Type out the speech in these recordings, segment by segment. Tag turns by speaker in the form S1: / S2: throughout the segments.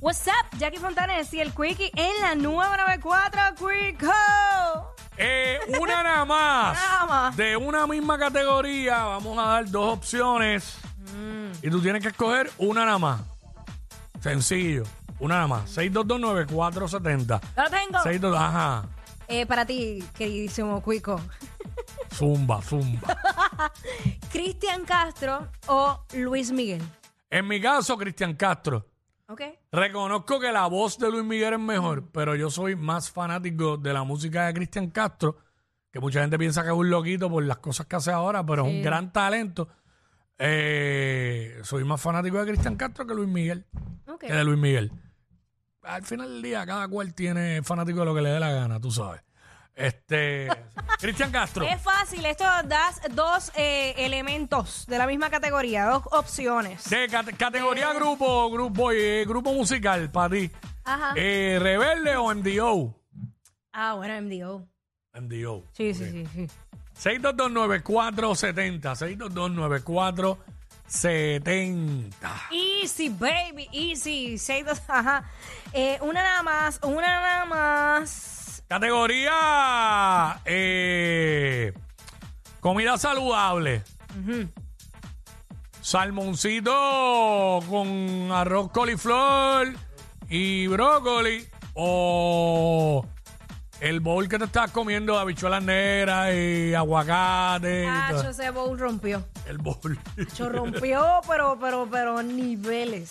S1: What's up, Jackie Fontanes y el Quickie en la 994 Quicko.
S2: Eh, una nada más.
S1: Nada más.
S2: De una misma categoría, vamos a dar dos opciones. Y tú tienes que escoger una nada más. Sencillo. Una nada más. 6229470.
S1: Yo lo tengo.
S2: 62, ajá.
S1: Eh, para ti, queridísimo Cuico.
S2: Zumba, zumba.
S1: Cristian Castro o Luis Miguel.
S2: En mi caso, Cristian Castro.
S1: ¿Ok?
S2: Reconozco que la voz de Luis Miguel es mejor, pero yo soy más fanático de la música de Cristian Castro, que mucha gente piensa que es un loquito por las cosas que hace ahora, pero es un gran talento. Eh, soy más fanático de Cristian Castro que Luis Miguel,
S1: Ok.
S2: que de Luis Miguel. Al final del día, cada cual tiene fanático de lo que le dé la gana, tú sabes. Este, Cristian Castro.
S1: Es fácil, esto das dos eh, elementos de la misma categoría, dos opciones.
S2: De cate- categoría grupo, grupo, eh, grupo musical, para ti.
S1: Ajá.
S2: Eh, ¿Rebelde o MDO?
S1: Ah, bueno, MDO.
S2: MDO.
S1: Sí, sí, sí, sí.
S2: 6229470. 6229470.
S1: Easy, baby, easy. Seis, dos, ajá. Eh, una nada más, una nada más.
S2: Categoría eh, comida saludable. Salmoncito con arroz coliflor y brócoli o el bowl que te estás comiendo de habichuelas negras y aguacate. y
S1: Nacho,
S2: todo.
S1: ese bowl rompió.
S2: el bowl.
S1: Nacho rompió, pero, pero, pero niveles.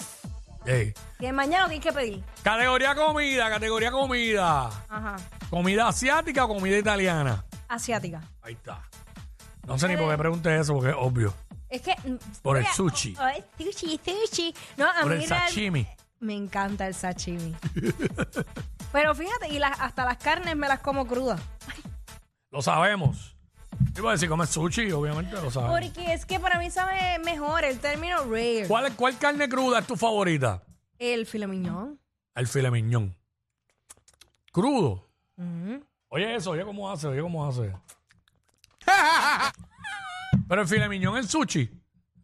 S2: Ey.
S1: Que mañana lo tienes que pedir.
S2: Categoría comida, categoría comida.
S1: Ajá.
S2: Comida asiática o comida italiana.
S1: Asiática.
S2: Ahí está. No sé ni por qué pregunté eso, porque es obvio.
S1: Es que. mm,
S2: Por el sushi.
S1: Ay, sushi, sushi. No, a
S2: Por
S1: mí
S2: el
S1: real-
S2: sashimi.
S1: Me encanta el sashimi. Pero fíjate, y las- hasta las carnes me las como crudas.
S2: Lo sabemos. Iba a decir comer sushi, obviamente lo sabemos.
S1: Porque es que para mí sabe mejor el término rare.
S2: ¿Cuál, ¿Cuál carne cruda es tu favorita?
S1: El filet mignon.
S2: El filet mignon. Crudo. Oye eso, oye cómo hace, oye cómo hace. Pero el filet mignon es sushi.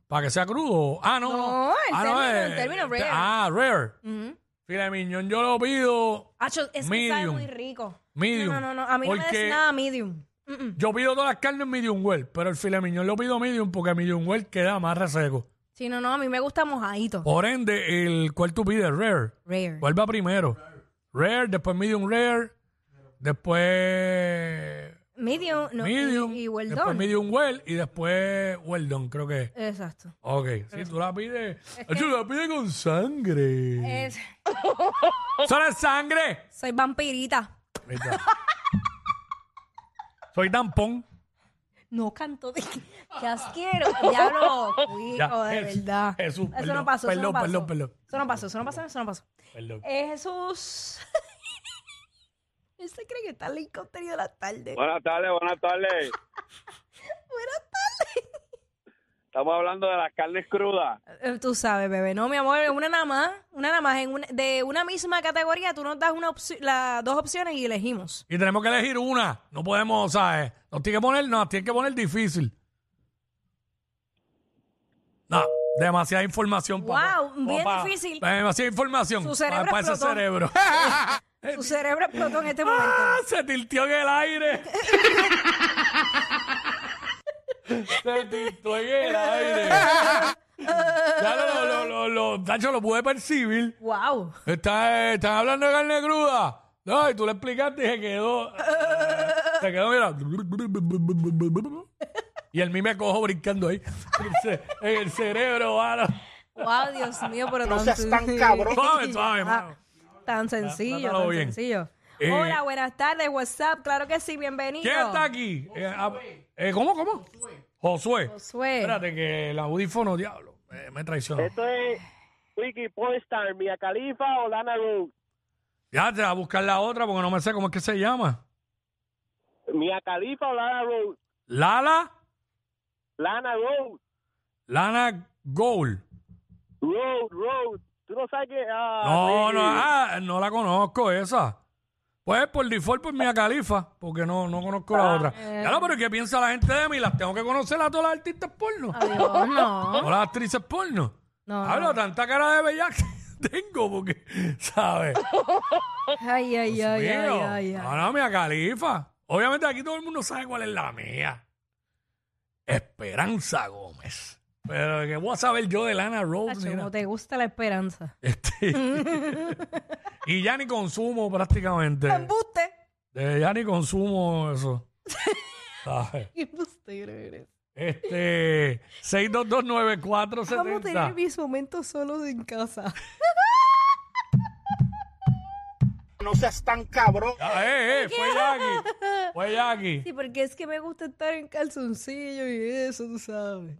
S2: Para que sea crudo. Ah, no.
S1: No, el
S2: ah,
S1: término-
S2: es-
S1: el término rare.
S2: Ah, rare.
S1: Ujú.
S2: Filet mignon yo lo pido
S1: Acho, es que sabe
S2: Medium.
S1: muy rico.
S2: medium.
S1: No, no, no, no, A mí no me
S2: Porque
S1: des nada medium. Mm-mm.
S2: Yo pido todas las carnes medium well, pero el filet mignon lo pido medium porque medium well queda más reseco.
S1: Sí, no, no. A mí me gusta mojadito.
S2: Por ende, el cual tú pides rare.
S1: Rare.
S2: ¿Cuál va primero? Rare, después medium rare, después
S1: Medium. No, y-
S2: medium,
S1: Y, well
S2: después
S1: done.
S2: medium well y después well done, creo que. es.
S1: Exacto.
S2: Ok, si tú la pides, tú la pides con sangre.
S1: Es-
S2: ¡Solo es sangre!
S1: soy vampirita.
S2: Ahí está. Soy tampón.
S1: No canto de qué asquero. Diablo, cuico,
S2: Ya,
S1: de
S2: Jesús,
S1: verdad.
S2: Jesús,
S1: eso
S2: perdón,
S1: no pasó. eso no
S2: perdón,
S1: pasó.
S2: perdón, perdón.
S1: Eso no pasó, eso no pasó, eso no pasó.
S2: Perdón.
S1: Eh, Jesús. Él se cree que está en el contenido de la tarde.
S3: Buenas tardes, buenas tardes.
S1: Buenas tardes.
S3: Estamos hablando de las carnes crudas.
S1: Eh, Tú sabes, bebé. No, mi amor, una nada más. Una nada más. En una- de una misma categoría, tú nos das una opci- la- dos opciones y elegimos.
S2: Y tenemos que elegir una. No podemos, ¿sabes? Nos tiene que poner, no, tiene que poner difícil. No, demasiada información. papá.
S1: Wow, bien
S2: Papá,
S1: difícil.
S2: Demasiada información.
S1: Su cerebro
S2: para ese
S1: explotó.
S2: cerebro. Eh,
S1: Su cerebro explotó en este momento.
S2: ¡Ah! Se tiltió en el aire. Se tiltó en el aire. Ya lo, lo, lo, lo, lo, Tacho, lo pude percibir.
S1: Wow.
S2: Está, eh, están hablando de carne cruda. No, y tú le explicaste y se quedó. eh, se quedó, mira. Y el mime cojo brincando ahí. En el ce- En el cerebro, mano.
S1: Wow, Dios mío, pero no
S4: seas tan cabrón.
S2: Suave, suave, mano.
S1: Tan sencillo,
S2: Trátalo
S1: tan
S2: bien.
S1: sencillo.
S2: Eh,
S1: Hola, buenas tardes, WhatsApp, claro que sí, bienvenido.
S2: ¿Quién está aquí? Eh, ah, eh, ¿Cómo, cómo? Josué.
S1: Josué.
S2: Espérate que el audífono, diablo, eh, me traicionó.
S3: Esto es Wiki Polestar, Mia Califa o Lana Rhodes.
S2: Ya te va a buscar la otra porque no me sé cómo es que se llama.
S3: Mia Califa o Lana Rhodes.
S2: Lala,
S3: Lana Rhodes.
S2: Lana Gold.
S3: Rhodes, Rhodes. Tú no sabes que... ah,
S2: No,
S3: sí.
S2: no, ah, no la conozco esa. Pues por default, pues Mia Califa, porque no, no conozco
S1: Ah,
S2: la otra.
S1: eh.
S2: Ya no, pero ¿y ¿qué piensa la gente de mí? Las tengo que conocer a todas las artistas porno.
S1: Adiós, no.
S2: O las actrices porno.
S1: Ah. No,
S2: Hablo, tanta cara de bellaca. tengo porque, ¿sabes?
S1: Ay, ay,
S2: Dios
S1: ay, ay,
S2: mío.
S1: ay, ay.
S2: No, no, mía califa. Obviamente aquí todo el mundo sabe cuál es la mía. Esperanza Gómez. Pero que voy a saber yo de Lana Rhodes.
S1: Nacho,
S2: ni
S1: no
S2: nada.
S1: te gusta la esperanza.
S2: Eh. Este, y ya ni consumo prácticamente.
S1: Embuste.
S2: Eh, ya ni consumo eso. ¿Sabes?
S1: Embustero eres.
S2: Este,
S1: Vamos a tener
S2: 6229470.
S1: mis momentos solos en casa.
S4: No seas tan cabrón.
S2: Ah, eh, eh, fue Jackie. Fue Jackie.
S1: Sí, porque es que me gusta estar en calzoncillo y eso, tú sabes.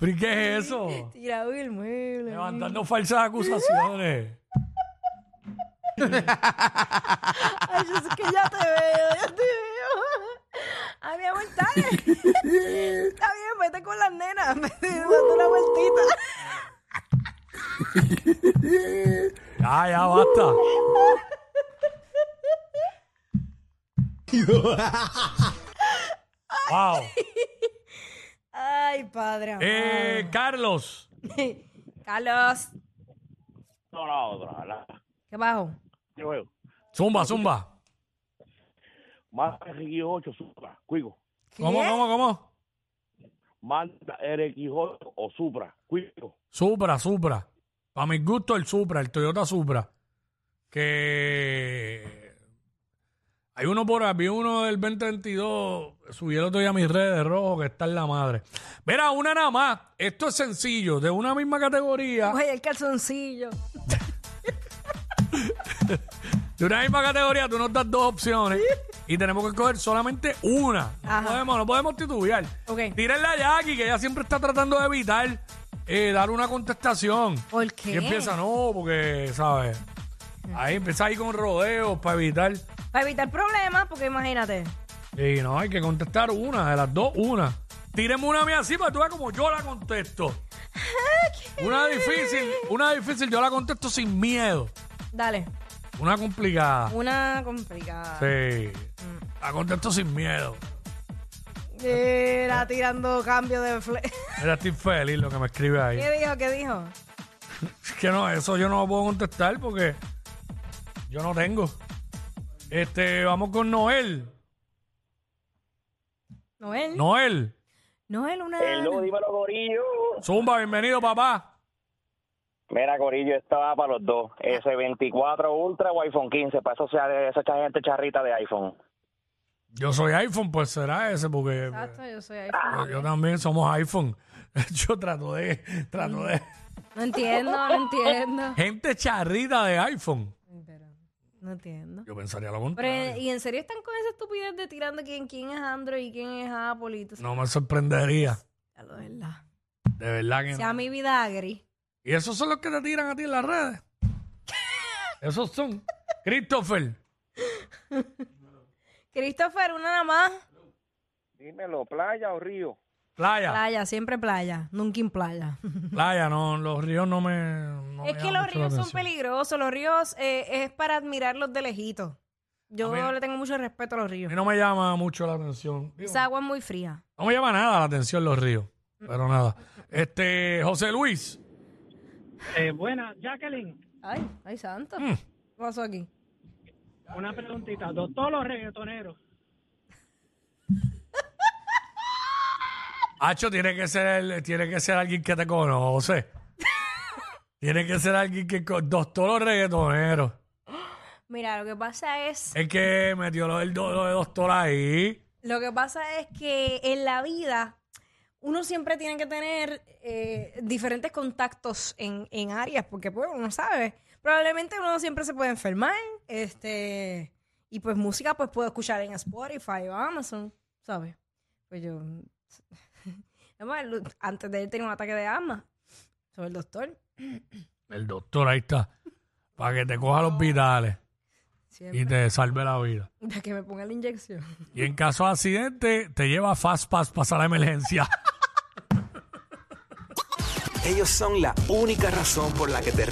S2: ¿Pero y qué es eso?
S1: Tirado en el mueble.
S2: Levantando falsas acusaciones.
S1: Ay, yo sé que ya te veo, ya te veo. Ay, mi amor, está bien. Está bien, vete con las nenas. Vete dando una vueltita.
S2: Ya, ya, basta. wow.
S1: Ay, padre. amado.
S2: Eh, Carlos,
S1: Carlos,
S3: No, la otra, la
S1: ¿qué bajo?
S3: yo veo.
S2: zumba, zumba.
S3: Más RX8 Supra, cuico.
S2: ¿Cómo,
S1: ¿Qué?
S2: cómo, cómo?
S3: Manda RX8 o Supra, cuico.
S2: Supra, Supra. Para mi gusto el Supra, el Toyota Supra. Que hay uno por ahí, vi uno del 2022, subí el otro día a mis redes de rojo, que está en la madre. Mira, una nada más. Esto es sencillo, de una misma categoría.
S1: Oye, el calzoncillo.
S2: De una misma categoría, tú nos das dos opciones y tenemos que escoger solamente una.
S1: Ajá.
S2: No podemos, no podemos titubear.
S1: Ok.
S2: Tírenla a Jackie, que ella siempre está tratando de evitar eh, dar una contestación.
S1: ¿Por qué?
S2: Y empieza, no, porque, ¿sabes? Ahí empieza ahí con rodeos para evitar.
S1: Para evitar problemas, porque imagínate.
S2: Y no, hay que contestar una, de las dos, una. Tíreme una mía así para que tú veas como yo la contesto. Una difícil, una difícil, yo la contesto sin miedo.
S1: Dale,
S2: Una complicada.
S1: una complicada.
S2: Sí. La contesto sin miedo.
S1: Era tirando cambio de... fle-
S2: Mira, estoy feliz lo que me escribe ahí.
S1: ¿Qué dijo? ¿Qué dijo?
S2: Es que no, eso yo no lo puedo contestar porque yo no tengo. Este, vamos con Noel.
S1: Noel.
S2: Noel.
S1: Noel, una...
S5: Hello, dímelo, Corillo.
S2: Zumba, bienvenido, papá.
S5: Mira, Corillo, estaba para los dos. Ese 24 Ultra o iPhone 15. Para eso sea esa cha- gente charrita de iPhone.
S2: Yo soy iPhone, pues será ese, porque
S1: Exacto, yo soy ahí.
S2: eh, yo también somos iPhone. Yo trato de, trato de.
S1: No entiendo, no entiendo.
S2: Gente charrita de iPhone.
S1: No entiendo.
S2: Yo pensaría lo
S1: Pero, eh,
S2: contrario.
S1: ¿y en serio están con esa estupidez de tirando quién, quién es Android y quién es Apple? Y todo eso?
S2: No me sorprendería.
S1: Ya lo es la-
S2: De verdad que no.
S1: Sea mi vida agri.
S2: Y esos son los que te tiran a ti en las redes. Esos son. Christopher.
S1: Christopher, una nada más.
S5: Dímelo, playa o río.
S2: Playa.
S1: Playa, siempre playa. Nunca en playa.
S2: Playa, no, los ríos no me. no me
S1: es que
S2: llaman
S1: los ríos
S2: mucho la
S1: son
S2: atención.
S1: peligrosos. Los ríos eh, es para admirarlos de lejito. Yo
S2: A mí-
S1: le tengo mucho respeto a los
S2: A
S1: ríos.
S2: mí no me llama mucho la atención. Digo,
S1: Esa agua es muy fría.
S2: No me llama nada la atención los ríos. Pero nada. Este, José Luis.
S6: Eh, buena, Jacqueline,
S1: Ay, ay, santo.
S2: Mm.
S1: ¿Qué pasó aquí?
S6: una preguntita. Do- Todos los reggaetoneros.
S2: Hacho tiene que ser el- tiene que ser alguien que te conoce. tiene que ser alguien que con dos todos los reggaetoneros.
S1: Mira, lo que pasa es
S2: Es que metió lo del do- lo de doctor ahí.
S1: Lo que pasa es que en la vida uno siempre tiene que tener eh, diferentes contactos en, en áreas, porque pues uno sabe. Probablemente uno siempre se puede enfermar, este, y pues música pues puedo escuchar en Spotify o Amazon, ¿sabes? Pues yo, además, lo- antes de él tenía un ataque de asma, soy el doctor.
S2: El doctor ahí está. Para que te coja los vitales y
S1: Siempre.
S2: te salve la vida.
S1: De que me ponga la inyección.
S2: Y en caso de accidente, te lleva a Fast Pass pasar la emergencia.
S7: Ellos son la única razón por la que te